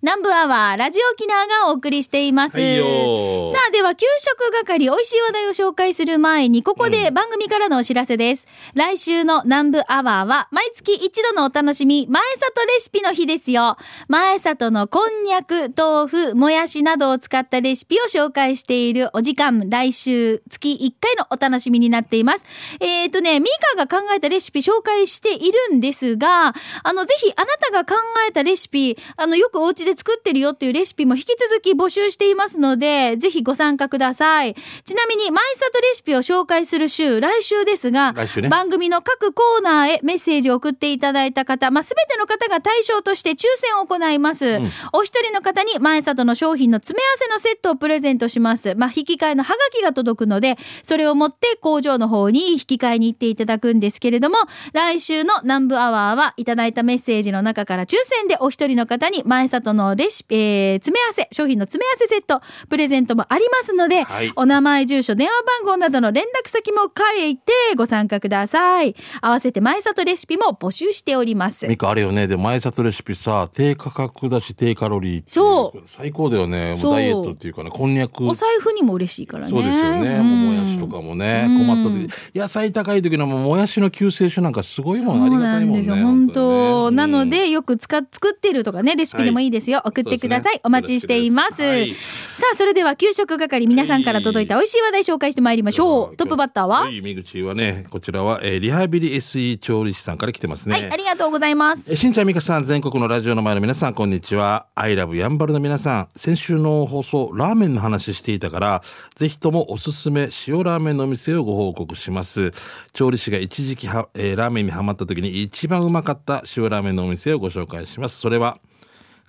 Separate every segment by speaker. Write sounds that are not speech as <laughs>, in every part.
Speaker 1: 南部アワー、ラジオ沖縄がお送りしています。
Speaker 2: はいよー
Speaker 1: さあ、では、給食係、美味しい話題を紹介する前に、ここで番組からのお知らせです。来週の南部アワーは、毎月一度のお楽しみ、前里レシピの日ですよ。前里のこんにゃく、豆腐、もやしなどを使ったレシピを紹介しているお時間、来週月1回のお楽しみになっています。えっ、とね、ミーカーが考えたレシピ紹介しているんですが、あの、ぜひあなたが考えたレシピ、あの、よくお家で作ってるよっていうレシピも引き続き募集していますので、ぜひご参加ください。ちなみに、毎里レシピを紹介する週、来週ですが、
Speaker 2: 来週ね
Speaker 1: 番組の各コーナーへメッセージを送っていただいた方、まあ、すべての方が対象として抽選を行います。お一人の方に、前里の商品の詰め合わせのセットをプレゼントします。まあ、引き換えのハガキが届くので、それを持って工場の方に引き換えに行っていただくんですけれども、来週の南部アワーは、いただいたメッセージの中から抽選でお一人の方に、前里のレシピ、えー詰め合わせ、商品の詰め合わせセット、プレゼントもありますので、
Speaker 2: はい
Speaker 1: お名前、住所、電話番号などの連絡先も書いてご参加ください。合わせて前里レシピも募集しております。
Speaker 2: ミカあれよね。で、前里レシピさ、低価格だし低カロリーってい
Speaker 1: そう。
Speaker 2: 最高だよね。
Speaker 1: そ
Speaker 2: も
Speaker 1: う
Speaker 2: うダイエットっていうかね、こんにゃく。
Speaker 1: お財布にも嬉しいからね。
Speaker 2: そうですよね。
Speaker 1: うん
Speaker 2: もうもやしとかもね、困った時、野菜高い時のもうもやしの救世主なんかすごいもん、ありがたいもんね。
Speaker 1: そうなんですよ。本当。
Speaker 2: にね
Speaker 1: なの、
Speaker 2: うん
Speaker 1: で、よく使っ、作ってるとかね、レシピでもいいですよ。送ってください。
Speaker 2: そうですね
Speaker 1: お待ちしていま
Speaker 2: よろ
Speaker 1: す。
Speaker 2: しくで
Speaker 1: さあ、それでは、給食係、皆さんから届いた美味しい話題紹介してまいりましょう。
Speaker 2: はい
Speaker 1: トップバッターは、
Speaker 2: い、みぐちはね、こちらは、えーリハビリ SE 調理師さんから来てますね。
Speaker 1: はい、ありがとうございます。
Speaker 2: えーしんちゃんみかさん、全国のラジオの前の皆さん、こんにちは。アイラブやんばるの皆さん、先週の放送、ラーメンの話していたから、ぜひともおすすめ塩ラーメンのお店をご報告します。調理師が一時期は、えーラーメンにハマった時に一番うまかった塩ラーメンのお店をご紹介します。それは、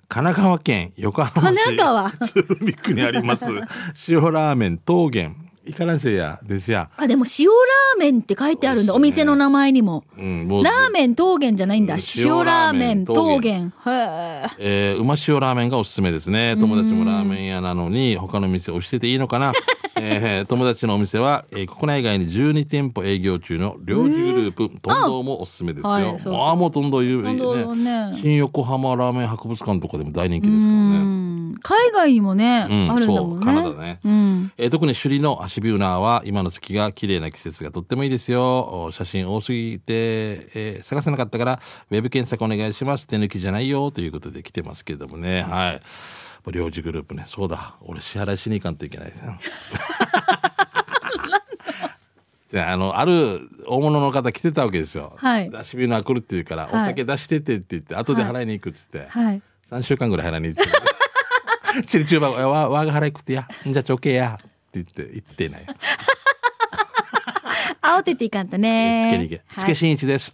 Speaker 2: 神奈川県横浜市
Speaker 1: 神奈川
Speaker 2: 鶴見区にあり
Speaker 1: <laughs>
Speaker 2: ます、塩ラーメン桃源。いかなしや、ですや。
Speaker 1: あ、でも、塩ラーメンって書いてあるんだ。お店の名前にも。
Speaker 2: うん、もう
Speaker 1: ラーメン桃源じゃないんだ。塩ラ
Speaker 2: 塩ラ
Speaker 1: ー
Speaker 2: ー
Speaker 1: メ
Speaker 2: メ
Speaker 1: ン
Speaker 2: ン
Speaker 1: 桃
Speaker 2: 桃
Speaker 1: 源。へえ。
Speaker 2: えー、うま塩ラーメンがおすすめですね。友達もラーメン屋なのに、他の店をしてていいの
Speaker 1: <laughs>
Speaker 2: かなえー友達のお店は、えー国内外に12店舗営業中の領事グループ、トンドーもおすすめですよ。
Speaker 1: はいそうそう
Speaker 2: ああ、もうトンドー有
Speaker 1: トンドーはね
Speaker 2: ね。新横浜ラーメン博物館とかでも大人気で
Speaker 1: う
Speaker 2: すからね。
Speaker 1: ん。海外にもね、
Speaker 2: うん
Speaker 1: あるんだ
Speaker 2: そ
Speaker 1: もん
Speaker 2: う、
Speaker 1: ね。
Speaker 2: カナダね。
Speaker 1: うん。
Speaker 2: えー特に首里の足ビューナーは今の月が綺麗な季節がとってもいいですよ。お写真多すぎて、えー探せなかったから、ウェブ検索お願いします。手抜きじゃないよということで来てますけれどもね。はい。もう領事グループね。そうだ。俺支払いしに行かんといけないですよ。 <laughs> じゃあ、あの、ある大物の方来てたわけですよ。
Speaker 1: はい
Speaker 2: 足ビューナー来るって言うから、
Speaker 1: はい
Speaker 2: お酒出しててって言って、後で払いに行くって言って、
Speaker 1: はい。
Speaker 2: 3週間ぐらい払いに行って。 <laughs> チリチューバーわわが腹いくってやじゃあちょけやって言って言ってない
Speaker 1: 慌てていかんとね。
Speaker 2: つけにけつ
Speaker 1: はい
Speaker 2: けしんい
Speaker 1: <laughs>
Speaker 2: ちです、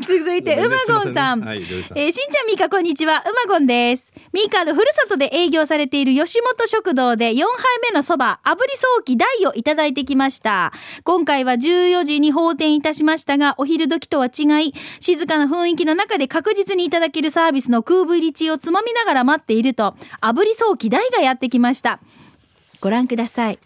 Speaker 1: 続いて、うまごんさん。
Speaker 2: ごめんねすいませんねはい料理さん
Speaker 1: えーしんちゃんみーか、こんにちは。うまごんです。みーかのふるさとで営業されている吉本食堂で4杯目のそば、炙り早期大をいただいてきました。今回は14時に放店いたしましたが、お昼時とは違い、静かな雰囲気の中で確実にいただけるサービスの空振り地をつまみながら待っていると、炙り早期大がやってきました。ご覧ください。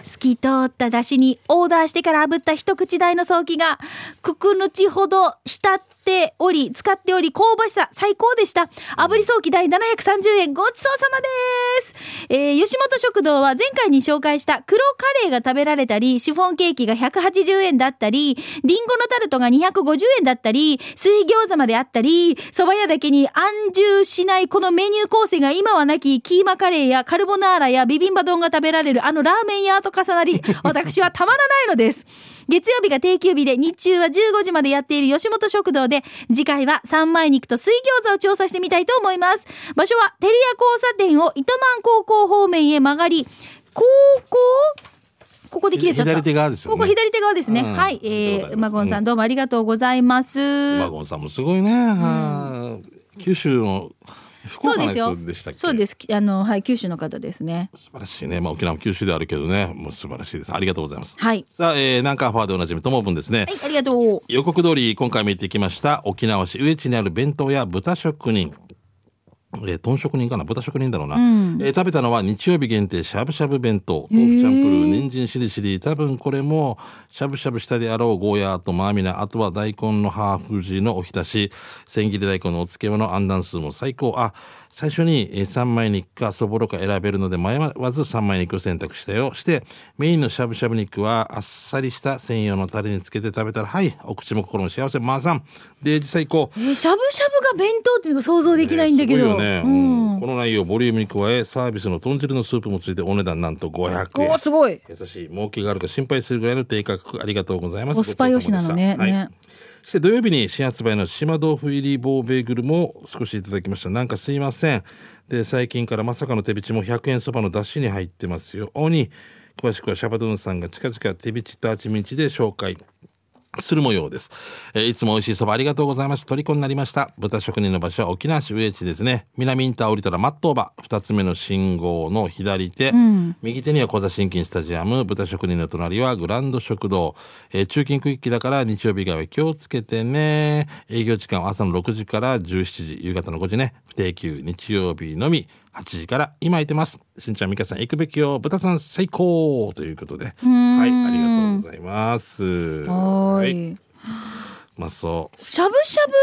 Speaker 1: 透き通った出汁にオーダーしてから炙った一口大の早期がくくぬちほど浸っており、使っており、香ばしさ最高でした。炙り早期第730円、ごちそうさまです。えー、吉本食堂は前回に紹介した黒カレーが食べられたり、シフォンケーキが180円だったり、リンゴのタルトが250円だったり、水餃子まであったり、蕎麦屋だけに安住しないこのメニュー構成が今はなきキーマカレーやカルボナーラやビビンバ丼が食べられるあのラーメン屋と重なり、私はたまらないのです。月曜日が定休日で日中は15時までやっている吉本食堂で、次回は三枚肉と水餃子を調査してみたいと思います。場所は照屋交差点を糸満高校方面へ曲がり、高校ここで切れちゃった。
Speaker 2: 左手側ですよね
Speaker 1: ここ左手側ですね。
Speaker 2: うん
Speaker 1: はい。え
Speaker 2: ありが
Speaker 1: ー、
Speaker 2: とうござ
Speaker 1: 馬
Speaker 2: います
Speaker 1: ゴンさんどうもありがとうございます。
Speaker 2: マゴンさんもすごいね、はい九州の福
Speaker 1: そう
Speaker 2: 岡の
Speaker 1: ですよ
Speaker 2: 人でしたっ。け
Speaker 1: そうです。あの、はい、九州の方ですね。
Speaker 2: 素晴らしいね、まあ、沖縄も九州ではあるけどねもう素晴らしいですありがとうございます、
Speaker 1: はい。
Speaker 2: さあ、えー、なんかアファーでおなじみともぶんですね、
Speaker 1: はい、ありがとう。
Speaker 2: 予告通り今回も行ってきました沖縄市上地にある弁当屋豚職人えー、豚職人かな豚職人だろうな、
Speaker 1: うん
Speaker 2: えー食べたのは日曜日限定しゃぶしゃぶ弁当豆腐チャンプルー
Speaker 1: へー
Speaker 2: 人参しりしり多分これもしゃぶしゃぶしたであろうゴーヤーとマーミナあとは大根のハーフジのおひたし千切り大根のお漬物暗断数も最高あ最初に3枚肉かそぼろか選べるので迷わず3枚肉を選択したよしてメインのしゃぶしゃぶ肉はあっさりした専用のタレにつけて食べたらはいお口も心も幸せマーさんデージ最高
Speaker 1: えーしゃぶしゃぶが弁当っていうのが想像できないんだけど。
Speaker 2: ねすごいよね、
Speaker 1: う
Speaker 2: うん
Speaker 1: ん。
Speaker 2: この内容ボリュームに加えサービスの豚汁のスープもついてお値段なんと500
Speaker 1: お
Speaker 2: 円
Speaker 1: ーすごい。
Speaker 2: 優しい儲けがあるか心配するぐらいの低価格ありがとうございます
Speaker 1: コスパ良しなのね
Speaker 2: ごちそうさまでした
Speaker 1: ね
Speaker 2: そして土曜日に新発売の島豆腐入り棒ベーグルも少しいただきましたなんかすいませんで最近からまさかの手びちも100円そばの出汁に入ってますよおに詳しくはシャバドゥンさんが近々手びちとあちみちで紹介する模様です、えーいつも美味しいそばありがとうございます虜になりました豚職人の場所は沖縄市上地ですね南インター降りたらマットーバ2つ目の信号の左手、右手には小座新金スタジアム豚職人の隣はグランド食堂、えー中勤区域だから日曜日以外は気をつけてね営業時間は朝の6時から17時夕方の5時ね不定休日曜日のみ8時から今空いてますしんちゃんみかさん行くべきよ豚さん最高ということではいありがとうございます
Speaker 1: は
Speaker 2: はい
Speaker 1: い。
Speaker 2: まあそ
Speaker 1: しゃぶしゃぶ弁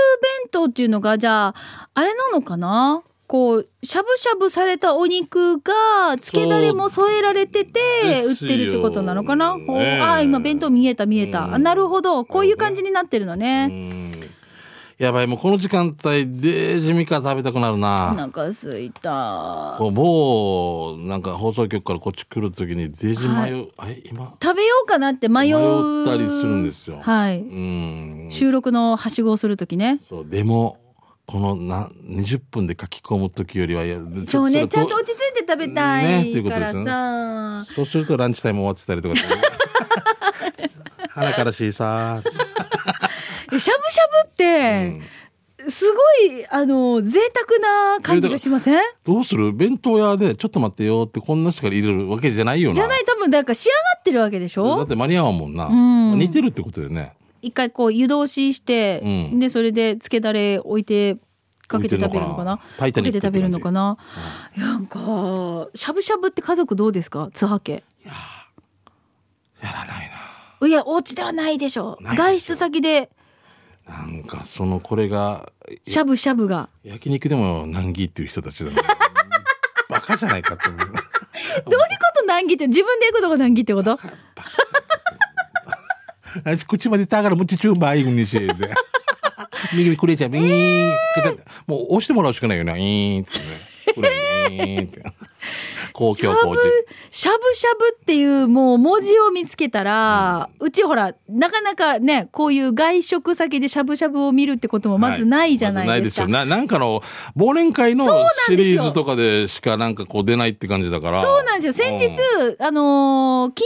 Speaker 1: 当っていうのが、じゃあ、あれなのかなこう、しゃぶしゃぶされたお肉が、漬けだれも添えられてて、
Speaker 2: そう
Speaker 1: 売
Speaker 2: で
Speaker 1: っ
Speaker 2: す
Speaker 1: て
Speaker 2: よ
Speaker 1: るってことなのかな、
Speaker 2: ね
Speaker 1: ほうああ、今弁当見えた見えた。あなるほど。こういう感じになってるの
Speaker 2: う、う
Speaker 1: ね。
Speaker 2: ん、やばいもうこの時間帯デージミカ食べたくなる
Speaker 1: お
Speaker 2: な。
Speaker 1: 腹すいた。
Speaker 2: こうもうなんか放送局からこっち来るときにデージ迷う、あれ今
Speaker 1: 食べようかなって迷う。
Speaker 2: 迷ったりするんですよ
Speaker 1: はい。
Speaker 2: うん
Speaker 1: 収録のはしごをするときね。
Speaker 2: そうでもこのな20分で書き込む時よりはいや
Speaker 1: そうね、ちゃんと
Speaker 2: と
Speaker 1: 落ち着いて食べた
Speaker 2: ねという
Speaker 1: い
Speaker 2: こと
Speaker 1: か
Speaker 2: で
Speaker 1: ら
Speaker 2: すよね
Speaker 1: さ。
Speaker 2: そうするとランチタイム終わってたり
Speaker 1: <laughs>
Speaker 2: とかする鼻からしい
Speaker 1: え
Speaker 2: さ
Speaker 1: しゃぶしゃぶって、すごい、あの、贅沢な感じがしません
Speaker 2: どうする弁当屋でちょっと待ってよってこんな人から入れるわけじゃないよな
Speaker 1: じゃない多分、なんか仕上がってるわけでし
Speaker 2: だっ
Speaker 1: ょ
Speaker 2: て間に合わんもんな、
Speaker 1: ん
Speaker 2: 似てるってことよね
Speaker 1: 一回こう湯通しして、
Speaker 2: うん
Speaker 1: で、それで漬けだれ置いて、かけて食べるのかなか
Speaker 2: 置いてるのかなタイタニ
Speaker 1: け
Speaker 2: ック
Speaker 1: て
Speaker 2: って感じ
Speaker 1: 食べるのかな、いやなんか、しゃぶしゃぶって家族どうですか津波家。
Speaker 2: やらないない
Speaker 1: や、お家ではないでしょ。
Speaker 2: ないでしょ
Speaker 1: 外出先で、
Speaker 2: なんかそのこれが
Speaker 1: しゃぶしゃぶが。
Speaker 2: 焼肉でも難儀っていう人たちだね <laughs> バカじゃないかって思う
Speaker 1: どういうこと難儀って、自分で行くのが難儀ってこと
Speaker 2: あいつ口までたがらむちちゅうばいぐんにし <laughs> 右にくれちゃう、えー、もう押してもらうしかないよな、えーってねくれえ
Speaker 1: <laughs>
Speaker 2: ーって公
Speaker 1: しゃ
Speaker 2: 共
Speaker 1: ぶ
Speaker 2: 工事
Speaker 1: しゃぶしゃぶっていうもう文字を見つけたら、うちほらなかなかねこういう外食先でしゃぶしゃぶを見るってこともまずないじゃないですか、
Speaker 2: まずないですよななんかの忘年会の
Speaker 1: そうなんです
Speaker 2: シ
Speaker 1: よ
Speaker 2: リーズとかでしかなんかこう出ないって感じだから
Speaker 1: そうなんですよ先日、あのー金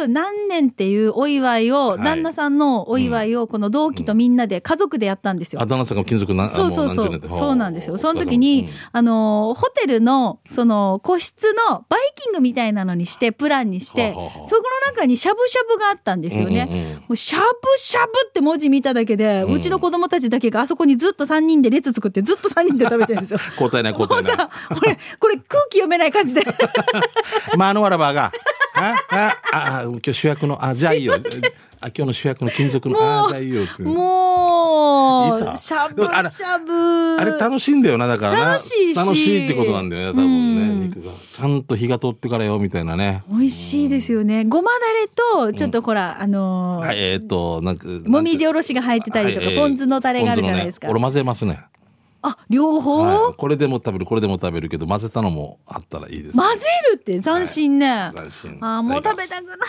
Speaker 1: 属何年っていうお祝いを、
Speaker 2: はい
Speaker 1: 旦那さんのお祝いをこの同期とみんなで家族でやったんですよ
Speaker 2: あ。旦那さんが金属な
Speaker 1: そうそう
Speaker 2: も
Speaker 1: そ
Speaker 2: 何十年って
Speaker 1: う。
Speaker 2: ほ
Speaker 1: そうなんですよ。その時
Speaker 2: うん
Speaker 1: に、あのー、ホテルの、その、個室のバイキングみたいなのにして、プランにして、
Speaker 2: はあはあはあ
Speaker 1: そこの中にしゃぶしゃぶがあったんですよね。
Speaker 2: うんうんうん
Speaker 1: もうしゃぶしゃぶって文字見ただけで、うちの子供たちだけがあそこにずっと3人で列作ってずっと3人で食べてるんで
Speaker 2: <laughs>
Speaker 1: すよ。
Speaker 2: 交代ない
Speaker 1: も
Speaker 2: 交代
Speaker 1: う
Speaker 2: ない
Speaker 1: さ、これ、これ空気読めない感じで。
Speaker 2: まああのわらばがああああ今日主役のあじゃあいいよあ今日の主役の金属のあじゃあいいよって
Speaker 1: も
Speaker 2: いいさ
Speaker 1: う、しゃぶしゃぶ。
Speaker 2: あれ楽しいんだよなだからな
Speaker 1: 楽しいし
Speaker 2: 楽しいってことなんだよね多分ね、
Speaker 1: うん
Speaker 2: 肉がちゃんと火が通ってからよみたいなね
Speaker 1: 美味しいですよね。ごまだれと、ちょっとほら、あのー
Speaker 2: はいえーっとなんかなんて
Speaker 1: もみじおろしが入ってたりとか、
Speaker 2: はいえー
Speaker 1: ポン酢のタレがあるじゃないですか。
Speaker 2: ポン酢のね俺混ぜますね、
Speaker 1: あ、両方、
Speaker 2: はい、これでも食べるこれでも食べるけど混ぜたのもあったらいいです、
Speaker 1: 混ぜるって斬新ね。
Speaker 2: 斬新
Speaker 1: あーもう食べたくなる。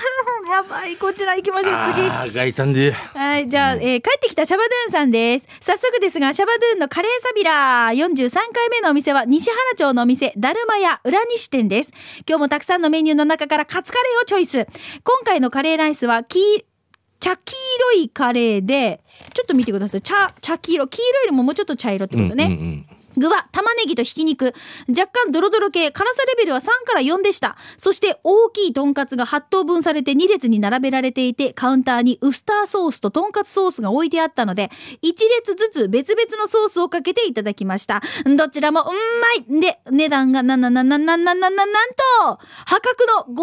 Speaker 1: やばい。こちら行きましょう。次。
Speaker 2: あー外炭で
Speaker 1: はい、じゃあ、えー帰ってきたシャバドゥーンさんです。早速ですが、シャバドゥーンのカレーサビラー。43回目のお店は、西原町のお店、だるま屋裏西店です。今日もたくさんのメニューの中からカツカレーをチョイス。今回のカレーライスは、き茶黄色いカレーで、ちょっと見てください。茶、茶黄色。黄色よりももうちょっと茶色って
Speaker 2: う
Speaker 1: こ
Speaker 2: ん
Speaker 1: と
Speaker 2: う
Speaker 1: ね。
Speaker 2: んうん
Speaker 1: 具は玉ねぎとひき肉。若干ドロドロ系、辛さレベルは3から4でした。そして大きいとんかつが8等分されて2列に並べられていて、カウンターにウスターソースととんかつソースが置いてあったので、1列ずつ別々のソースをかけていただきました。どちらもうんまいで、値段がなななななななななんと、破格の530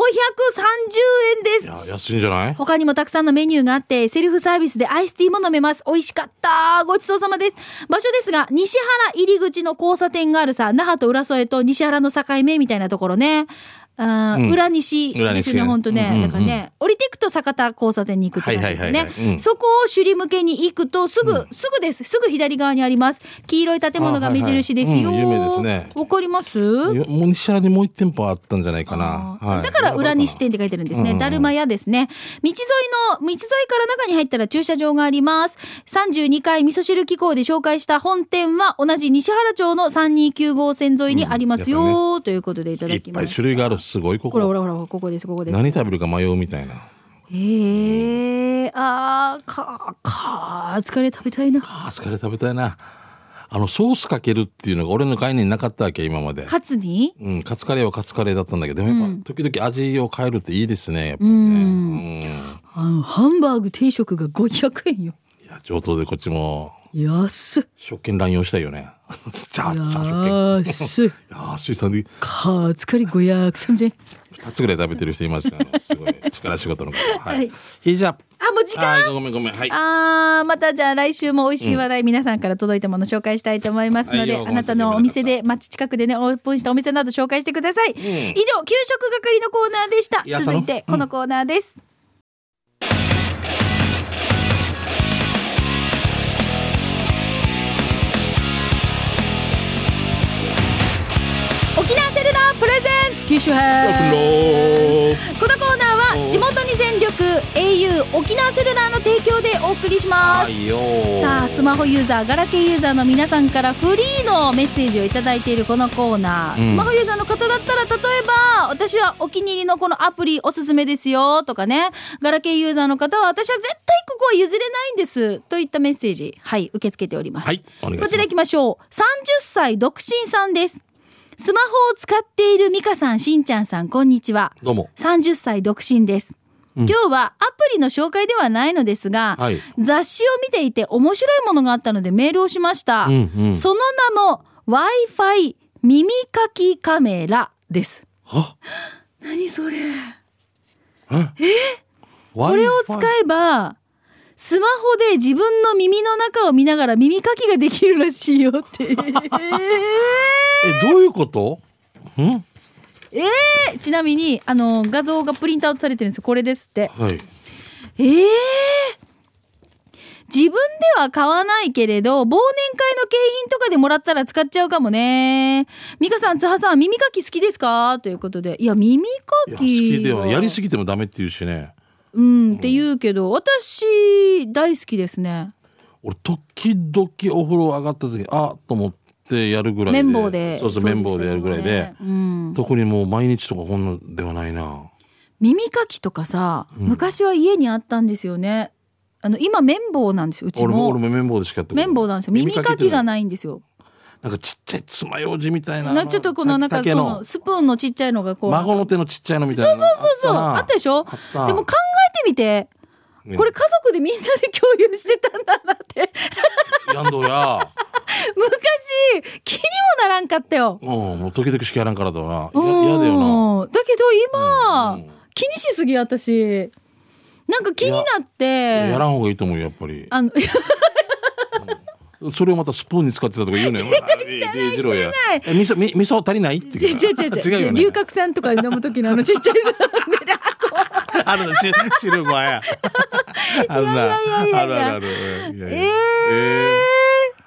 Speaker 1: 円です
Speaker 2: い。や安いんじゃない
Speaker 1: 他にもたくさんのメニューがあって、セルフサービスでアイスティーも飲めます。美味しかった。ごちそうさまです。場所ですが、西原入り口の交差点があるさ、那覇と浦添と西原の境目みたいなところね。あー
Speaker 2: うん
Speaker 1: 裏西
Speaker 2: 裏
Speaker 1: で
Speaker 2: 西
Speaker 1: すよね、本当ね。
Speaker 2: うん
Speaker 1: なんかね、降りていくと酒田交差点に行くって感じですよ
Speaker 2: はいはいはいはい
Speaker 1: ね
Speaker 2: う。ん
Speaker 1: そこを首里向けに行くと、すぐ、すぐです。すぐ左側にあります。黄色い建物が目印ですよ。
Speaker 2: あはいはいうん有名ですね
Speaker 1: わかります
Speaker 2: いやもう西原にもう一店舗あったんじゃないかな。
Speaker 1: あー
Speaker 2: はい
Speaker 1: だから裏西店って書いてるんですね。
Speaker 2: うん
Speaker 1: だるま屋ですね。道沿いの、道沿いから中に入ったら駐車場があります。32階味噌汁機構で紹介した本店は同じ西原町の3295号線沿いにあります
Speaker 2: うんやっ
Speaker 1: よ、ということでいただ
Speaker 2: いっ
Speaker 1: き
Speaker 2: ぱ
Speaker 1: ま
Speaker 2: い
Speaker 1: した。
Speaker 2: 種類がある。すごい、こ
Speaker 1: ほらほ
Speaker 2: こ。
Speaker 1: らほら、ここです、ここです。
Speaker 2: 何食べるか迷うみたいな。
Speaker 1: へえ、あー、か、か、疲れ食べたいな。
Speaker 2: あー、疲れ食べたいな。あの、ソースかけるっていうのが俺の概念なかったわけ、今まで。
Speaker 1: カツに
Speaker 2: うん、カツカレーはカツカレーだったんだけど、でもやっぱ、時々味を変えるっていいですね、やっぱりね。
Speaker 1: あのハンバーグ定食が500円よ。
Speaker 2: うん。いや、上等でこっちも、
Speaker 1: 安っ。
Speaker 2: 食券乱用したいよね。じゃあ、じゃあ食券。
Speaker 1: 安っ。
Speaker 2: 安いさんで
Speaker 1: か、疲れ530円。
Speaker 2: 2つぐらい食べてる人いますよね。すごい。力仕事の方。
Speaker 1: は
Speaker 2: は
Speaker 1: い
Speaker 2: い。ヒージャップ。
Speaker 1: あ、もう時間
Speaker 2: はい、ごめんごめん。はい。
Speaker 1: あーまたじゃあ来週も美味しい話題、皆さんから届いたもの紹介したいと思いますので、
Speaker 2: はいよ
Speaker 1: あなたのお
Speaker 2: ごめんな
Speaker 1: 店
Speaker 2: さい
Speaker 1: で街近くでねオープンしたお店など紹介してください、以上給食係のコーナーでした
Speaker 2: いや
Speaker 1: 続いて
Speaker 2: そ
Speaker 1: こ
Speaker 2: の
Speaker 1: のコーナーです、沖縄セルラープレゼンツ機種編このコーナーは地元に全力 au 沖縄セルラーの提供でお送りします、
Speaker 2: はいよ
Speaker 1: さあスマホユーザーガラケーユーザーの皆さんからフリーのメッセージをいただいているこのコーナー、
Speaker 2: うん
Speaker 1: スマホユーザーの方だったら例えば私はお気に入りのこのアプリおすすめですよとかねガラケーユーザーの方は私は絶対ここは譲れないんですといったメッセージはい受け付けております、
Speaker 2: はいお願いしま
Speaker 1: こ
Speaker 2: す
Speaker 1: ちら行きましょう30歳独身さんですスマホを使っている美香さんしんちゃんさんこんにちは
Speaker 2: どうも。
Speaker 1: 30歳独身です。今日はアプリの紹介ではないのですが、
Speaker 2: はい
Speaker 1: 雑誌を見ていて面白いものがあったのでメールをしました。
Speaker 2: うんうん
Speaker 1: その名も Wi-Fi 耳かきカメラです。
Speaker 2: は
Speaker 1: 何それ
Speaker 2: こ
Speaker 1: これを使えば、スマホで自分の耳の中を見ながら耳かきができるらしいよって。え
Speaker 2: <laughs> え、どういうことん
Speaker 1: ー
Speaker 2: は
Speaker 1: えーちなみに、あの、画像がプリントアウトされてるんですよ。これですって。
Speaker 2: い。
Speaker 1: ええ自分では買わないけれど、忘年会の景品とかでもらったら使っちゃうかもね。美香さん、津波さん、耳かき好きですかということで。いや、耳
Speaker 2: い
Speaker 1: か
Speaker 2: や好
Speaker 1: き。
Speaker 2: きでは、やりす
Speaker 1: ぎ。
Speaker 2: ぎてもダメっていうしね。
Speaker 1: うん、って言うけど、私、大好きですね。
Speaker 2: 俺、時々お風呂上がった時、あと思ってやるぐらいで。
Speaker 1: 綿棒で。
Speaker 2: そうそう、綿棒でやるぐらいで。
Speaker 1: うん。
Speaker 2: 特にもう毎日とかこんなんではないな。
Speaker 1: 耳かきとかさ、昔は家にあったんですよね。あの、今、綿棒なんですよ。うち
Speaker 2: 俺も、
Speaker 1: も
Speaker 2: 俺。も綿棒でしかやって
Speaker 1: 綿棒なんですよ。耳かきがないんですよ。
Speaker 2: なんかちっちゃい爪楊枝みたいな。
Speaker 1: なちょっとこのなんか
Speaker 2: 竹
Speaker 1: そ
Speaker 2: の
Speaker 1: のスプーンのちっちゃいのがこう
Speaker 2: 孫の手のちっちゃいのみたいなの
Speaker 1: そうそうそう
Speaker 2: な
Speaker 1: あったでしょ
Speaker 2: あった
Speaker 1: でも考えてみて
Speaker 2: ね
Speaker 1: これ家族でみんなで共有してたんだなって <laughs>
Speaker 2: やんどや <laughs>
Speaker 1: 昔気にもならんかったよ
Speaker 2: うんもう時々しかやらんからだよなややだよな
Speaker 1: うんだけど今、
Speaker 2: うんうん
Speaker 1: 気にしすぎ私なんか気になって
Speaker 2: やらん方がいいと思うよやっぱり
Speaker 1: あのいや
Speaker 2: それをまたスプーンに使ってたとか言う
Speaker 1: <laughs>
Speaker 2: のよ違う違うえ味噌み味噌足りないって
Speaker 1: 違う違う違う
Speaker 2: <laughs> 違うよね
Speaker 1: 龍角散とか飲む時のあのちっちゃ
Speaker 2: <laughs>
Speaker 1: い <laughs>
Speaker 2: あるなし汁ごやあるなあるあるあるいやいや
Speaker 1: えー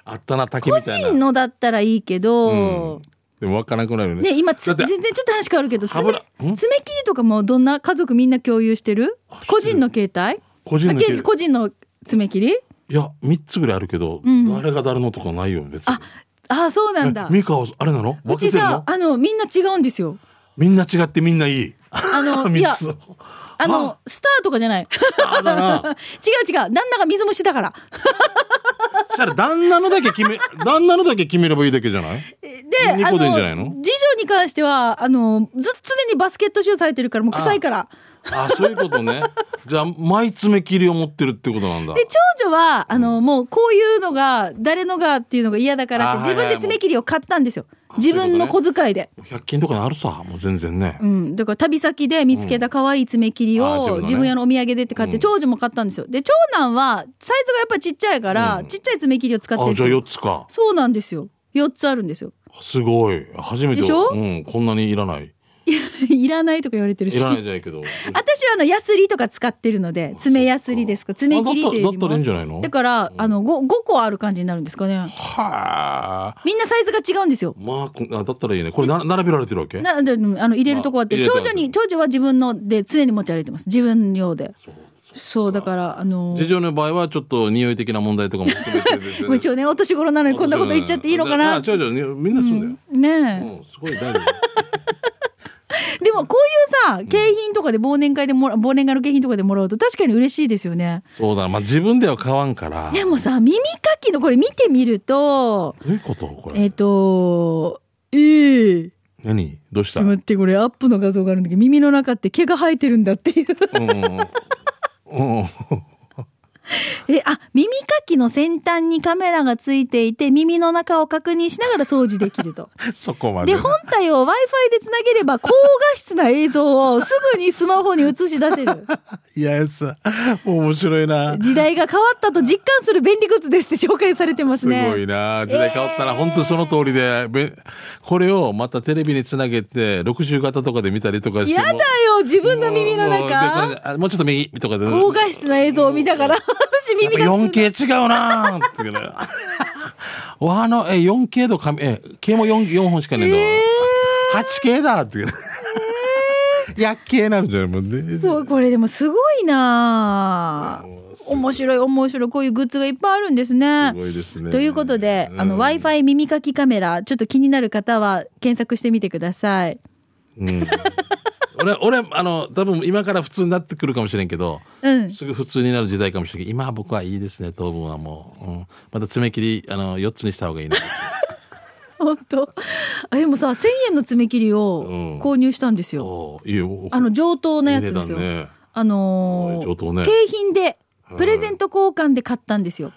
Speaker 2: あったな竹
Speaker 1: 個
Speaker 2: みたいな
Speaker 1: 人のだったらいいけど、
Speaker 2: でもわからなくなるよね
Speaker 1: ね今つ
Speaker 2: だっ
Speaker 1: 全
Speaker 2: て
Speaker 1: 然ちょっと話変わるけど
Speaker 2: 歯
Speaker 1: 爪
Speaker 2: ブラ
Speaker 1: 爪
Speaker 2: ん
Speaker 1: 切りとかもどんな家族みんな共有してる
Speaker 2: してる
Speaker 1: 個人の携帯
Speaker 2: 個人の
Speaker 1: あけ個人の爪切り
Speaker 2: いや3つぐらいあるけど
Speaker 1: ん
Speaker 2: 誰が誰のとかないよ別に
Speaker 1: ああそうなんだ
Speaker 2: えミカはあれなの
Speaker 1: う
Speaker 2: 分
Speaker 1: ち
Speaker 2: けてる
Speaker 1: さ
Speaker 2: の
Speaker 1: あのみんな違うんですよ
Speaker 2: みんな違ってみんないい
Speaker 1: あ
Speaker 2: <laughs>
Speaker 1: のい
Speaker 2: 3
Speaker 1: や
Speaker 2: つ
Speaker 1: あの <laughs> スターとかじゃない
Speaker 2: あだな
Speaker 1: 違う違う旦那が水虫だから
Speaker 2: したら旦那のだけ決め、旦那のだけ決めればいいだけじゃない
Speaker 1: で、
Speaker 2: 二
Speaker 1: あ
Speaker 2: 個
Speaker 1: の、
Speaker 2: でいいんじゃないの
Speaker 1: 次女に関しては、あの、ず、常にバスケットシューズ履いてるから、もう臭いから。
Speaker 2: あ、そういうことね。じゃあ、前爪切りを持ってるってことなんだ。
Speaker 1: で、長女は、あの、もう、こういうのが、誰のがっていうのが嫌だからって、
Speaker 2: あ
Speaker 1: 自分
Speaker 2: はいはい
Speaker 1: で爪切りを買ったんですよ。自分の小遣いで。
Speaker 2: 100均とかにあるさ、もう全然ね
Speaker 1: う。ん、だから旅先で見つけた可愛い爪切り
Speaker 2: うんあ
Speaker 1: を
Speaker 2: ー自分のね
Speaker 1: 自分用のお土産でって買っ
Speaker 2: う
Speaker 1: て
Speaker 2: ん
Speaker 1: 長女も買ったんですよで長男はサイズがやっぱちっちゃいからちっちゃい爪切りを使ってるん
Speaker 2: あ、
Speaker 1: で
Speaker 2: じゃ
Speaker 1: す
Speaker 2: あ
Speaker 1: よ
Speaker 2: 4つか。
Speaker 1: そうなんですよ4つあるんですよ <laughs>
Speaker 2: すごい。初めて。
Speaker 1: でしょ
Speaker 2: うん、こんなにいらない。
Speaker 1: いらないとか言われてるし
Speaker 2: いらないじゃないけど。
Speaker 1: 私はあのヤスリとか使ってるので爪ヤスリですか爪切りっていうよ
Speaker 2: あだ
Speaker 1: り
Speaker 2: ったらだったらいいんじゃ
Speaker 1: も
Speaker 2: ないの
Speaker 1: だからあの 5, 五個ある感じになるんですかね
Speaker 2: はあ。
Speaker 1: みんなサイズが違うんですよ
Speaker 2: まあこ、あだったらいいね。これな並べられてるわけ
Speaker 1: なでうんあの入れるとこあって
Speaker 2: まあ
Speaker 1: 長
Speaker 2: 入れた
Speaker 1: 女に長女は自分ので常に持ち歩いてます自分用で
Speaker 2: そう
Speaker 1: そうだからあの
Speaker 2: 次女の場合はちょっと匂い的な問題とかも含めてですよ
Speaker 1: も
Speaker 2: ね
Speaker 1: う一応ねお年頃なのにこんなこと言っちゃっていいのかな
Speaker 2: あ長女みんなそうだよ。
Speaker 1: ね
Speaker 2: うん、すごい大丈夫。
Speaker 1: えでもこういうさ景品とかで忘年会でもら忘年会の景品とかでもらうと確かに嬉しいですよね
Speaker 2: そうだな、まあ自分では買わんから。
Speaker 1: でもさ耳かきのこれ見てみると
Speaker 2: どういうことこれ。
Speaker 1: えっ、とええ
Speaker 2: 何どうし
Speaker 1: ち
Speaker 2: た
Speaker 1: ょっと待ってこれアップの画像があるんだけど耳の中って毛が生えてるんだっていう
Speaker 2: うん。うん。 <laughs>
Speaker 1: えあ耳かきの先端にカメラがついていて耳の中を確認しながら掃除できる
Speaker 2: <laughs>
Speaker 1: と
Speaker 2: そこまで
Speaker 1: で。本体を w i f i でつなげれば高画質な映像をすぐにスマホに映し
Speaker 2: <laughs>
Speaker 1: 出せる
Speaker 2: いや、さ、面白いな。
Speaker 1: 時代が変わったと実感する便利グッズですって紹介されてます
Speaker 2: す
Speaker 1: ね
Speaker 2: ごいな。時代変わったな。本当その通りで、べこれをまたテレビにつなげて、60型とかで見たりとかして
Speaker 1: やだ
Speaker 2: も。
Speaker 1: よ自分の耳の
Speaker 2: もうでこれ
Speaker 1: 中
Speaker 2: であもうちょっと右とかで。
Speaker 1: 高画質な映像を見ながら私
Speaker 2: やっ
Speaker 1: 耳
Speaker 2: ぱ
Speaker 1: が
Speaker 2: 4K 違うなーっていうね。 <laughs> わあの、え、4K の紙、え、毛も 4, 4本しかねえんだわ。
Speaker 1: え
Speaker 2: 8K だっていうね。やっけーなるじゃないもんね。
Speaker 1: そうこれでもすごいなあ面白い面白いこういうグッズがいっぱいあるんですね
Speaker 2: すごいですね。
Speaker 1: ということで、あの w i f i 耳かきカメラちょっと気になる方は検索してみてください
Speaker 2: うん、俺、俺、あの、多分今から普通になってくるかもしれんけど、
Speaker 1: うん
Speaker 2: すぐ普通になる時代かもしれんけど、今は僕はいいですね、当分はもう。うん、また爪切り、あの、4つにした方がいいな。
Speaker 1: 本当あでもさ1000円の爪切り
Speaker 2: うん
Speaker 1: を購入したんですよ、
Speaker 2: おーいいよ。
Speaker 1: あの上等なやつです
Speaker 2: いい
Speaker 1: よ、
Speaker 2: 値段ね
Speaker 1: あの
Speaker 2: す
Speaker 1: ー
Speaker 2: ごい上等ね
Speaker 1: 景品でプレゼント交換で買ったんですよ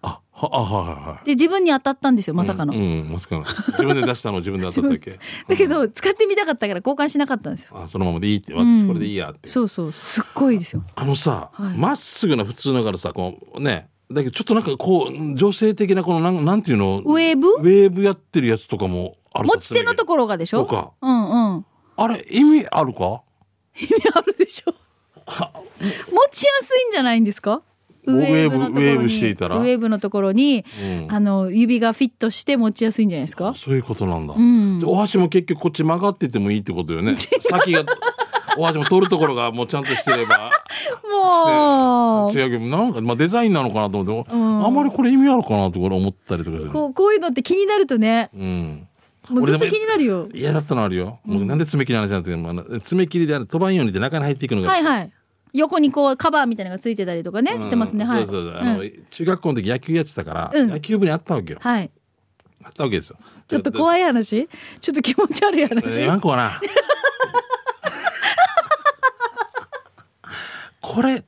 Speaker 2: あ、は、あ、はいはいはい。
Speaker 1: で自分に当たったんですよまさかの、
Speaker 2: うん、うんまさかの。自分で出したの自分で当たったっ
Speaker 1: <laughs>
Speaker 2: け。
Speaker 1: だけど使ってみたかったから交換しなかったんですよ
Speaker 2: あ、そのままでいいって、
Speaker 1: う
Speaker 2: 私
Speaker 1: ん
Speaker 2: これでいいやって。
Speaker 1: そうそうすっごいですよ
Speaker 2: あのさ、
Speaker 1: はい
Speaker 2: まっすぐな普通だからさ、こうね、だけどちょっとなんかこう、女性的なこのなん、なんていうの、
Speaker 1: ウェーブ
Speaker 2: ウェーブやってるやつとかもある
Speaker 1: 持ち手のと
Speaker 2: こ。
Speaker 1: ころがでしょ
Speaker 2: とか
Speaker 1: うんうん
Speaker 2: あれ、意味あるか
Speaker 1: 意味あるでしょ持ちやすいんじゃないんですか
Speaker 2: ウェーブ
Speaker 1: のところに
Speaker 2: ウェーブしていたら
Speaker 1: ウェーブのところに、
Speaker 2: うん
Speaker 1: あの指がフィットして持ちやすいんじゃないですか
Speaker 2: そういうことなんだ。
Speaker 1: ん
Speaker 2: でお箸も結局こっち曲がっててもいいってこと
Speaker 1: <laughs>
Speaker 2: よね。先が、お箸も取るところがもうちゃんとしてれば。
Speaker 1: も <laughs> う
Speaker 2: 違うけど、なんか、まあデザインなのかなと思って、
Speaker 1: うん
Speaker 2: あんまりこれ意味あるかなとか思ったりとかする。
Speaker 1: こうこういうのって気になるとね
Speaker 2: うん。
Speaker 1: もうずっと
Speaker 2: 俺でも
Speaker 1: 気になるよ
Speaker 2: 嫌だったのあるよ。僕なんで爪切りの話なんていうのあの爪切りであの飛ばんようにって中に入っていくのが。
Speaker 1: はいはい横にこうカバーみたいなのがついてたりとかね、
Speaker 2: うん
Speaker 1: してますねはい
Speaker 2: そうそうそう。あ
Speaker 1: う
Speaker 2: の
Speaker 1: ん
Speaker 2: 中学校の時野球やってたから、
Speaker 1: うん
Speaker 2: 野球部にあったわけよ。
Speaker 1: はい
Speaker 2: あったわけですよ。
Speaker 1: ちょっと怖
Speaker 2: い。
Speaker 1: い話ちょっと気持ち悪い話、
Speaker 2: 言わんこはな。これ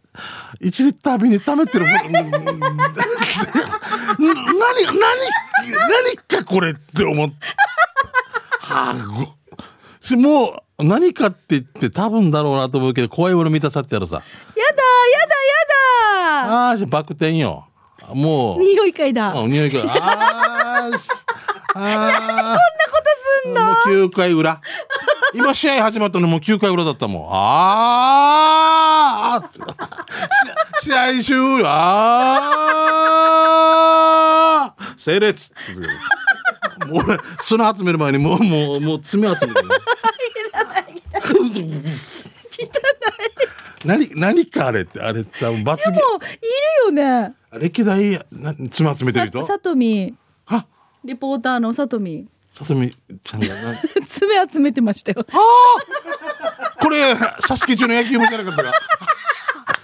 Speaker 2: 一リッター瓶に溜めてる。うんな何何何かこれって思って。はあごもう何かって言って多分だろうなと思うけど怖いもの満たさってやるさ。
Speaker 1: やだやだやだ
Speaker 2: ああ、バク転よ。もう。
Speaker 1: 匂い嗅いだ
Speaker 2: あ匂いが。あーしあ
Speaker 1: こんなこと
Speaker 2: ー。もう9回裏。今試合始まったのもう9回裏だったもん。ああ。し試合終了。ああ。整列。もう俺、砂集める前にもう、もう、もう爪集め
Speaker 1: <laughs>
Speaker 2: る、ね。
Speaker 1: すんの
Speaker 2: 何、何かあれって、あれって、多分罰ゲーム。
Speaker 1: もういるよね
Speaker 2: 歴代、な爪集めてる人
Speaker 1: ささとみ
Speaker 2: あ、
Speaker 1: リポーターのさとみ <laughs>
Speaker 2: さとみちゃんがな。
Speaker 1: 爪集めてましたよ
Speaker 2: これ、サスケ中の野球部じゃなかったか。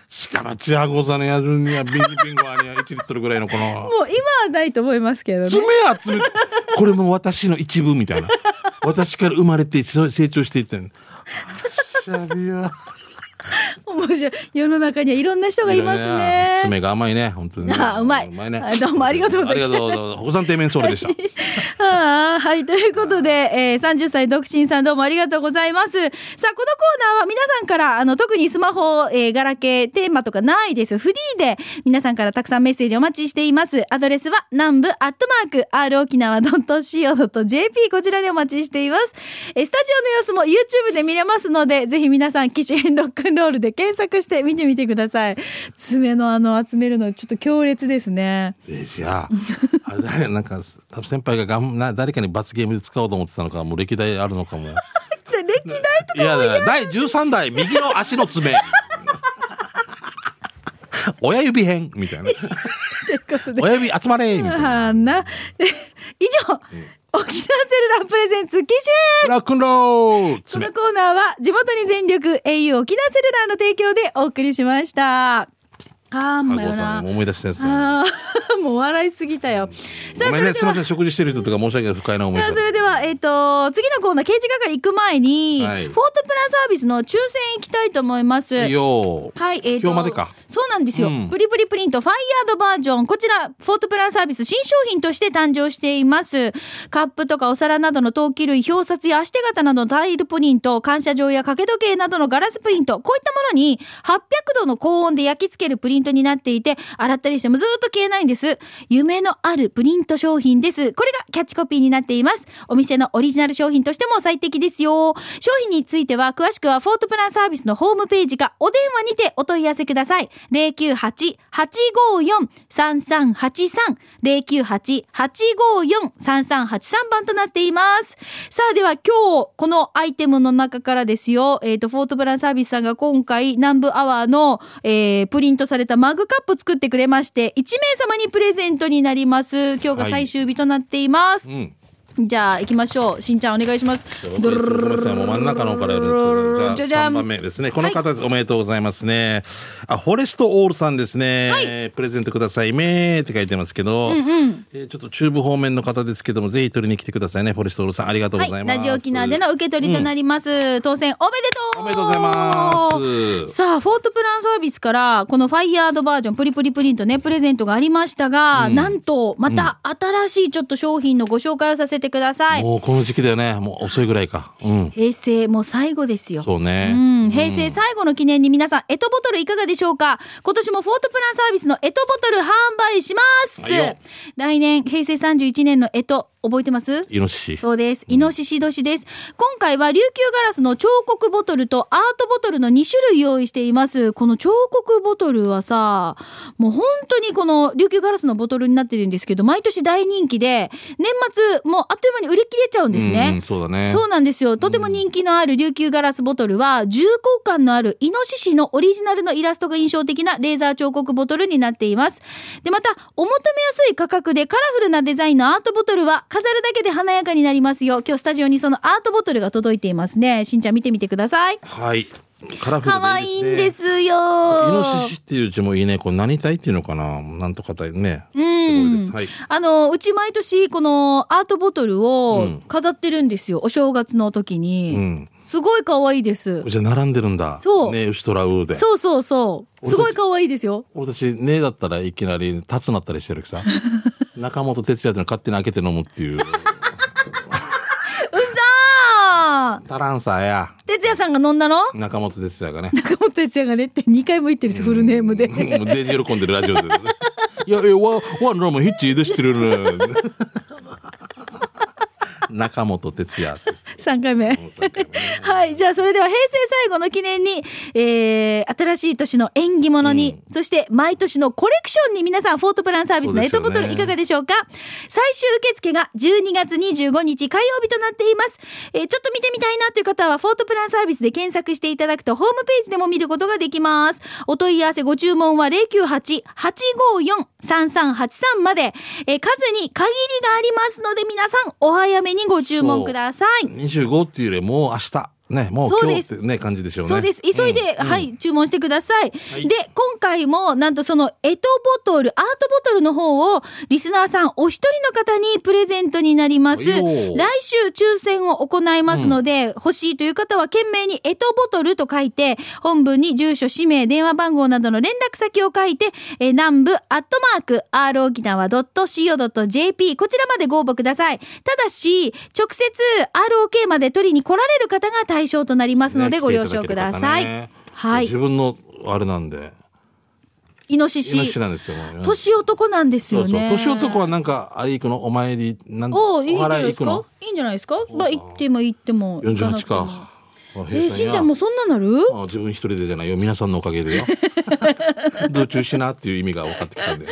Speaker 2: しかも、ちあござねやるにはビニビンゴアニア1リットルぐらいのこの
Speaker 1: もう今はないと思いますけどね
Speaker 2: 爪集めてこれも私の一部みたいな私から生まれてそ成長していったのあしゃびは
Speaker 1: 面白い世の中にはいろんな人がいますね
Speaker 2: 爪が甘いね本当にね
Speaker 1: あうまいう
Speaker 2: まいね
Speaker 1: あどうもありがとうございました
Speaker 2: ありがとうございます北山定面ソーレでした
Speaker 1: <laughs> ああ、はい。ということで、えー、30歳独身さんどうもありがとうございます。さあ、このコーナーは皆さんから、あの、特にスマホ、えー、ガラケー、テーマとかないです。フリーで、皆さんからたくさんメッセージお待ちしています。アドレスは、南部アットマーク、r 沖縄 .co.jp、こちらでお待ちしています。えー、スタジオの様子も YouTube で見れますので、ぜひ皆さん、機種変ロックンロールで検索して見てみてください。爪のあの、集めるの、ちょっと強烈ですね。
Speaker 2: でじゃああれだねなんか多分先輩ががんな誰かに罰ゲームで使おうと思ってたのかもう歴代あるのかも
Speaker 1: <laughs> 歴代と
Speaker 2: いやだから第13代右の足の爪 <laughs> 親指編
Speaker 1: <laughs>
Speaker 2: みたいな
Speaker 1: いうことで。
Speaker 2: 親指集まれみたいな
Speaker 1: はな。 <laughs> え以上、沖縄セルラープレゼンツ、機種
Speaker 2: ラックンロール
Speaker 1: この
Speaker 2: 爪
Speaker 1: コーナーは地元に全力 au 沖縄セルラーの提供でお送りしました。あー、
Speaker 2: あ
Speaker 1: ま
Speaker 2: ご
Speaker 1: よ
Speaker 2: さ
Speaker 1: な。
Speaker 2: んね思い出したやつだね
Speaker 1: あー <laughs> もう笑いすぎたよ。さあ、
Speaker 2: ご
Speaker 1: そ
Speaker 2: めん
Speaker 1: れ
Speaker 2: ね、
Speaker 1: です
Speaker 2: み
Speaker 1: は
Speaker 2: ません、食事してる人とか申し訳ない不快な思い
Speaker 1: さあ
Speaker 2: し
Speaker 1: それでは、えっ、と、次のコーナー、刑事係行く前に、
Speaker 2: はい
Speaker 1: フォートプランサービスの抽選行きたいと思います。
Speaker 2: た。いいよ。
Speaker 1: はい、えーと
Speaker 2: 今日までか
Speaker 1: そうなんですよ。
Speaker 2: うん
Speaker 1: プリプリプリントファイヤードバージョン。こちら、フォートプランサービス新商品として誕生しています。カップとかお皿などの陶器類、表札や足手形などのタイルプリント、感謝状や掛け時計などのガラスプリント、こういったものに800度の高温で焼き付けるプリントになっていて、洗ったりしてもずっと消えないんです。夢のあるプリント商品です。これがキャッチコピーになっています。お店のオリジナル商品としても最適ですよ。商品については、詳しくはフォートプランサービスのホームページか、お電話にてお問い合わせください。098-854-3383。098-854-3383番となっています。さあ、では今日、このアイテムの中からですよ、えっ、と、フォートプランサービスさんが今回、南部アワーの、えープリントされたマグカップ作ってくれまして、1名様にプレゼントになります。今日が最終日となっています。
Speaker 2: うん。
Speaker 1: じゃあ行きましょう。しんちゃんお願いします。
Speaker 2: ごめんなさい、もう真ん中の方からやるんですけど、じ
Speaker 1: じ
Speaker 2: ゃ
Speaker 1: ゃじゃ
Speaker 2: あ
Speaker 1: ん
Speaker 2: 三番目ですね。この方です、おめでとうございますね。あ、フォレストオールさんですね。プレゼントくださいめーって書いてますけど、えーちょっと中部方面の方ですけども、ぜひ取りに来てくださいね。フォレストオールさん、ありがとう
Speaker 1: は
Speaker 2: ご
Speaker 1: い、
Speaker 2: ざいます。
Speaker 1: ラジオ沖縄での受け取りとなります。当選おめでとう
Speaker 2: おめでとうございます
Speaker 1: さあ、フォートプランサービスから、このファイヤードバージョン、プリプリプリントね、プレゼントがありましたが、なんと、また新しいちょっと商品のご紹介をさせてください。
Speaker 2: もうこの時期だよね。もう遅いぐらいか。うん。
Speaker 1: 平成もう最後ですよ。
Speaker 2: そうね。
Speaker 1: うん、平成最後の記念に皆さん、エトボトルいかがでしょうか今年もフォートプランサービスのエトボトル販売します、
Speaker 2: はいよ
Speaker 1: 来年、平成31年のエト、覚えてます
Speaker 2: イノシシ。
Speaker 1: そうです。イノシシ年です。今回は琉球ガラスの彫刻ボトルとアートボトルの2種類用意しています。この彫刻ボトルはさ、もう本当にこの琉球ガラスのボトルになってるんですけど、毎年大人気で、年末もうあっという間に売り切れちゃうんですね。
Speaker 2: うんうんそうだね。
Speaker 1: そうなんですよ。とても人気のある琉球ガラスボトルは、重厚感のあるイノシシのオリジナルのイラストが印象的なレーザー彫刻ボトルになっています。で、また、お求めやすい価格でカラフルなデザインのアートボトルは、飾るだけで華やかになりますよ。今日スタジオにそのアートボトルが届いていますね。しんちゃん見てみてください。
Speaker 2: はい。カラフル
Speaker 1: か
Speaker 2: で
Speaker 1: わいいん
Speaker 2: ね
Speaker 1: です
Speaker 2: イ
Speaker 1: よ。
Speaker 2: ノシシっていう字もいいね。これ何体っていうのかななんとか体ね。す
Speaker 1: ん
Speaker 2: ごいです。はい。
Speaker 1: あの、うち毎年このアートボトル
Speaker 2: う
Speaker 1: を
Speaker 2: ん
Speaker 1: 飾ってるんですよ。お正月の時
Speaker 2: う
Speaker 1: に。
Speaker 2: ん。
Speaker 1: すごい可愛い
Speaker 2: <laughs>
Speaker 1: です。
Speaker 2: じゃあ並んでるんだ。
Speaker 1: そう
Speaker 2: ねウシトラウーで。
Speaker 1: そうそうそう。
Speaker 2: 俺たち
Speaker 1: すごい可愛いですよ。
Speaker 2: 俺たち、ねだったらいきなり立つなったりしてるけ
Speaker 1: <laughs>
Speaker 2: どさ。中本哲也っていうの勝手に開けて飲むっていう。
Speaker 1: うざー
Speaker 2: タランサーや、
Speaker 1: 哲也さんが飲んだの <laughs>
Speaker 2: 中本哲也がね。
Speaker 1: 中本哲也がねって2回も言ってるんですよ、フルネームで。
Speaker 2: もうデージ喜んでるラ
Speaker 1: <laughs>
Speaker 2: ジオで。いや、いや、ワン、ワンラーメンヒッチ出してるね。中本哲也って。
Speaker 1: 3回目。はい。じゃあ、それでは平成最後の記念に、えー、新しい年の縁起物に、そして毎年のコレクションに皆さん、フォートプランサービスのエトボト
Speaker 2: そう
Speaker 1: ル
Speaker 2: ですよね
Speaker 1: いかがでしょうか最終受付が12月25日火曜日となっています。えー、ちょっと見てみたいなという方は、フォートプランサービスで検索していただくと、ホームページでも見ることができます。お問い合わせご注文は098-854-3383まで、えー、数に限りがありますので、皆さん、お早めにご注文ください。
Speaker 2: 25っていうよりもう明日、ね、もう
Speaker 1: そう
Speaker 2: 今
Speaker 1: で
Speaker 2: 日って
Speaker 1: す
Speaker 2: ね、感じでしょうね。
Speaker 1: そうです。急いで、
Speaker 2: うん
Speaker 1: は。い、注文してください。
Speaker 2: はい
Speaker 1: で、今回も、なんとその、エトボトル、アートボトルの方を、リスナーさんお一人の方にプレゼントになります。
Speaker 2: はい
Speaker 1: 来
Speaker 2: よ
Speaker 1: 週、抽選を行いますので、欲しいという方は、懸命にエトボトルと書いて、本文に住所、氏名、電話番号などの連絡先を書いて、えー南部、アットマーク、r 沖縄 .co.jp、こちらまでご応募ください。ただし、直接、ROK まで取りに来られる方が対象となります。ますので
Speaker 2: ね
Speaker 1: ご了承ください。
Speaker 2: 来てただける方ね
Speaker 1: はい
Speaker 2: 自分の、あれなんで。
Speaker 1: イノシ
Speaker 2: イノシ
Speaker 1: シ
Speaker 2: シ、なんですよ。もううん
Speaker 1: 年男なんですよね。
Speaker 2: そうそう。年男はなんか、あい行くの、お参り、なん
Speaker 1: おういいんじゃな
Speaker 2: 祓
Speaker 1: いで
Speaker 2: い行
Speaker 1: す
Speaker 2: くの
Speaker 1: か。。いいんじゃないですか。まあ行っても行っても。
Speaker 2: 四十
Speaker 1: 行
Speaker 2: 八
Speaker 1: かなくても
Speaker 2: か。あ
Speaker 1: えー、しんちゃんも。そんななる？
Speaker 2: 平さやあ自分一人でじゃないよ皆さんのおかげで
Speaker 1: <laughs>
Speaker 2: よ道中しなっていう意味が分かってきたんで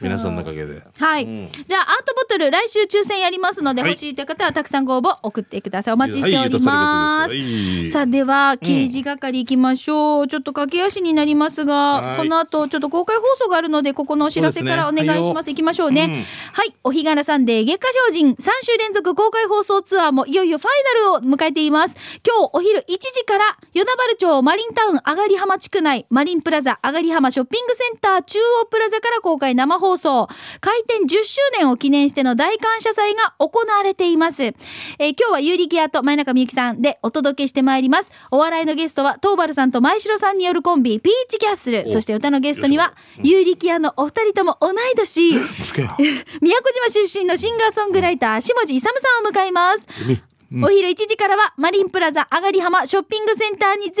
Speaker 2: 皆さんのおかげで
Speaker 1: はい、
Speaker 2: うん
Speaker 1: じゃあアートボトル来週抽選やりますので、
Speaker 2: はい
Speaker 1: 欲しいという方はたくさんご応募送ってくださいお待ちしております、さ
Speaker 2: はい言い出さ
Speaker 1: あ
Speaker 2: れることです
Speaker 1: では刑事係行きましょう、ちょっと駆け足になりますが
Speaker 2: はい
Speaker 1: この後ちょっと公開放送があるのでここのお知らせから
Speaker 2: そ
Speaker 1: お
Speaker 2: うです
Speaker 1: 願
Speaker 2: ね
Speaker 1: いします行きましょうね、
Speaker 2: うん
Speaker 1: はいお日柄サンデー月下精進3週連続公開放送ツアーもいよいよファイナルを迎えています今日お昼1時から与那原町マリンタウン上がり浜地区内マリンプラザ上がり浜ショッピングセンター中央プラザから公開生放送開店10周年を記念しての大感謝祭が行われています、えー今日はユーリギアと前中美幸さんでお届けしてまいりますお笑いのゲストは東原さんと前城さんによるコンビピーチキャッスル
Speaker 2: お
Speaker 1: そして歌のゲストにはユーリギアのお二人とも同い年 <laughs>
Speaker 2: マスケや
Speaker 1: 宮古島出身のシンガーソングライター下地勇さんを迎えます
Speaker 2: セミ
Speaker 1: お昼1時からはマリンプラザ上がり浜ショッピングセンターにぜひ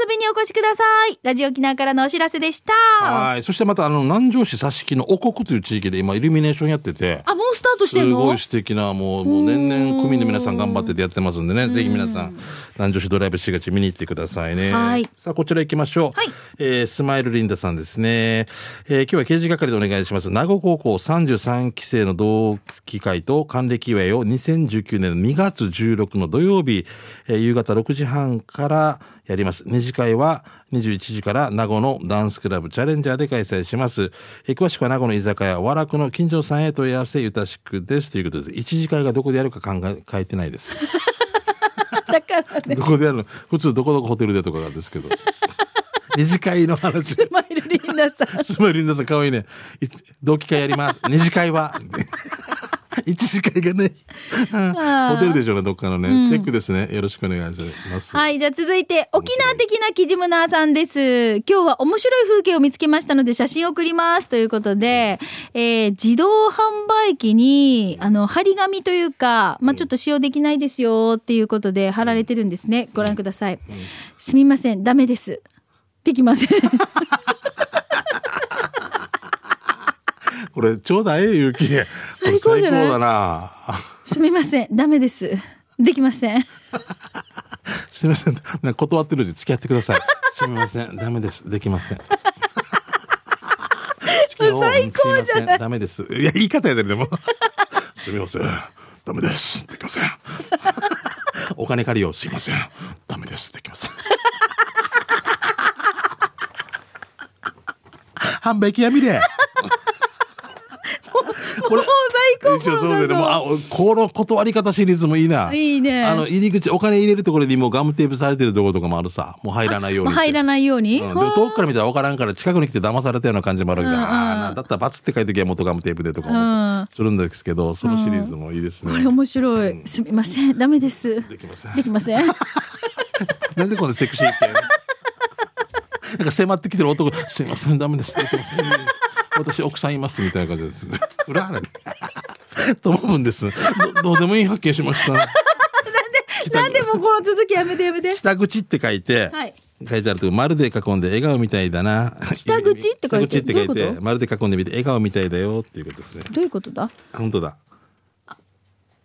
Speaker 1: 遊びにお越しくださいラジオ沖縄からのお知らせでしたあ
Speaker 2: はいそしてまたあの南城市佐敷のお国という地域で今イルミネーションやってて
Speaker 1: もうスタートして
Speaker 2: す
Speaker 1: んの
Speaker 2: ごい素敵なもうもう年々組の皆さん頑張っててやってますんでねぜひ皆さん南城市ドライブしがち見に行ってくださいね
Speaker 1: はい
Speaker 2: さあこちら行きましょう、
Speaker 1: はい
Speaker 2: えースマイルリンダさんですね、えー今日は刑事係でお願いします名護高校33期生の同期会と還暦祝いを2019年の2月16の土曜日、えー夕方6時半からやります二次会は21時から名護のダンスクラブチャレンジャーで開催します、えー詳しくは名護の居酒屋和楽の近所さんへ問い合わせゆたしくですということです一次会がどこでやるか考え書いてないで
Speaker 1: <laughs>
Speaker 2: す
Speaker 1: だから
Speaker 2: どこでやるの普通どこどこホテルでとかなんです
Speaker 1: <laughs>
Speaker 2: けど二次会の話
Speaker 1: スマイルリンダさん
Speaker 2: すごい、リンダさん、可愛いね。い同期会やります。二次
Speaker 1: <laughs>
Speaker 2: 会は。一次会がね。
Speaker 1: あー
Speaker 2: ホテルでしょうね、どっかのね、チェックですね。よろしくお願いします。
Speaker 1: はいじゃあ続いて沖縄的なキジムナーさんです今日は面白い風景を見つけましたので写真を送りますということで、えー自動販売機にあの張り紙というか、まあ、ちょっと使用できないですよっていうことで貼られてるんですねご覧ください、すみませんダメですできま <laughs> せん
Speaker 2: これ、ちょうだい、ゆうき。これ
Speaker 1: 最高じゃない
Speaker 2: 最高だな。
Speaker 1: すみませんダメですできま <laughs> せん
Speaker 2: <laughs> すみません。なんか断ってるで付き合ってください。 <laughs> すみません。ダメです。でき
Speaker 1: <laughs>
Speaker 2: ません。
Speaker 1: 最高じゃない
Speaker 2: すませんダメです。いや、言い方やで、でも。 <laughs> すみません。ダメです。できません。 <laughs> お金借りよう。すみません。ダメです。できません。 <laughs> 販売機
Speaker 1: <laughs>
Speaker 2: やみれ。これ
Speaker 1: もう最高
Speaker 2: 一応そうだよね。もう、あ、この断り方シリーズもいいな。
Speaker 1: いいね
Speaker 2: あの、入り口、お金入れるところにもうガムテープされてるところとかもあるさ。もう入らないよう
Speaker 1: もう
Speaker 2: に。
Speaker 1: 入ら
Speaker 2: ない。
Speaker 1: ないように、
Speaker 2: うん、でも遠くから見たら分からんから近くに来て騙されたような感じもあるわけじゃん、
Speaker 1: うんうん
Speaker 2: ああなんだったらバツって書いときは元ガムテープでとか
Speaker 1: うん
Speaker 2: もするんですけどそのシリーズもいいですね、
Speaker 1: これ面白い、すみませんダメです
Speaker 2: できません
Speaker 1: できません
Speaker 2: なんでこのセクシーって <laughs> なんか迫ってきてる男「すいませんダメです」できません私奥さんいますみたいな感じですね裏腹に <laughs> ともぶんですどどうでもいい発見しました
Speaker 1: なんでもうこの続きやめてや <laughs> めて
Speaker 2: 下口って書いて、
Speaker 1: はい
Speaker 2: 書いてあるとこ丸で囲んで笑顔みたいだな
Speaker 1: 下口って書いて
Speaker 2: 下口って書い
Speaker 1: どういう
Speaker 2: て
Speaker 1: こと
Speaker 2: 丸で囲んでみて笑顔みたいだよっていうことですね
Speaker 1: どういうことだ
Speaker 2: あ本当だ
Speaker 1: あ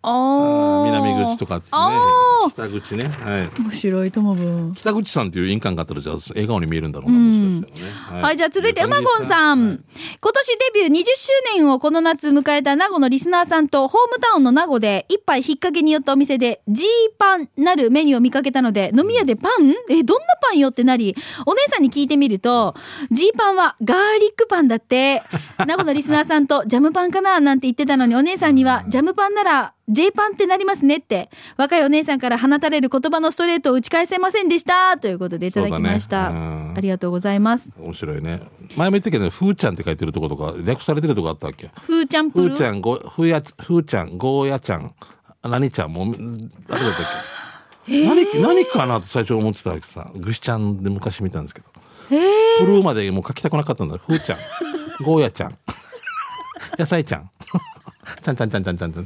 Speaker 2: あー
Speaker 1: ー
Speaker 2: 南口とかってね
Speaker 1: あー
Speaker 2: 下口ねはい
Speaker 1: 面白いともぶん
Speaker 2: 北口さんっていう印鑑があったらじゃあ笑顔に見えるんだろうなもしかしたらね
Speaker 1: はい、じゃあ続いて、うまごんさん。今年デビュー20周年をこの夏迎えた名護のリスナーさんと、ホームタウンの名護で、一杯引っ掛けによったお店で、ジーパンなるメニューを見かけたので、飲み屋でパンえ、どんなパンよってなり、お姉さんに聞いてみると、ジーパンはガーリックパンだって、名護のリスナーさんと、ジャムパンかななんて言ってたのに、お姉さんには、ジャムパンなら、 J パンってなりますねって若いお姉さんから放たれる言葉のストレートを打ち返せませんでしたということでいただきました、
Speaker 2: そうだねうん
Speaker 1: ありがとうございます
Speaker 2: 面白いね前も言ったけど「ふーちゃん」って書いてるとことか略されてるとこあったっけ
Speaker 1: ふーちゃん
Speaker 2: ふ
Speaker 1: プ
Speaker 2: ー
Speaker 1: ル
Speaker 2: ちゃんごふーやふーちゃんゴーヤちゃん何ちゃんもうん誰だったっけ何何かなって最初思ってたわけさぐしちゃんで昔見たんですけどフルーまでもう書きたくなかったんだふーちゃんゴーヤちゃん <laughs> 野菜ちゃん <laughs> ちゃんちゃんちゃんちゃんちゃんちゃん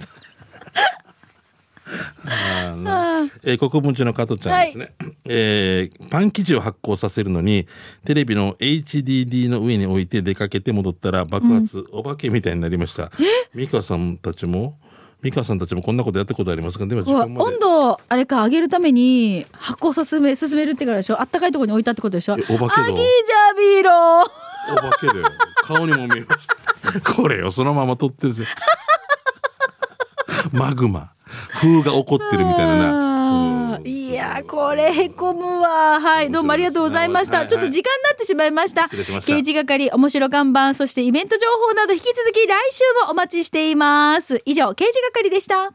Speaker 2: あのえー国分寺の加藤ちゃんですね、えーパン生地を発酵させるのにテレビの HDD の上に置いて出かけて戻ったら爆発、お化けみたいになりました美香さんたちも美香さんたちもこんなことやったことありますかでも時
Speaker 1: ほら
Speaker 2: 間まで
Speaker 1: 温度をあれか上げるために発酵させめ進めるってからでしょあったかいところに置いたってことでしょア
Speaker 2: え
Speaker 1: ギー
Speaker 2: お
Speaker 1: ジャ
Speaker 2: 化けの
Speaker 1: ビーロー
Speaker 2: お化けだよ顔にも見えますこれをそのまま撮ってるぜマグマ風が起こってるみたいなな
Speaker 1: あ
Speaker 2: う
Speaker 1: ー
Speaker 2: ん
Speaker 1: いやこれへこむわはいどうもありがとうございました、
Speaker 2: はいはい
Speaker 1: ちょっと時間になってしまいました
Speaker 2: 失礼しました
Speaker 1: 刑事係面白看板そしてイベント情報など引き続き来週もお待ちしています以上刑事係でした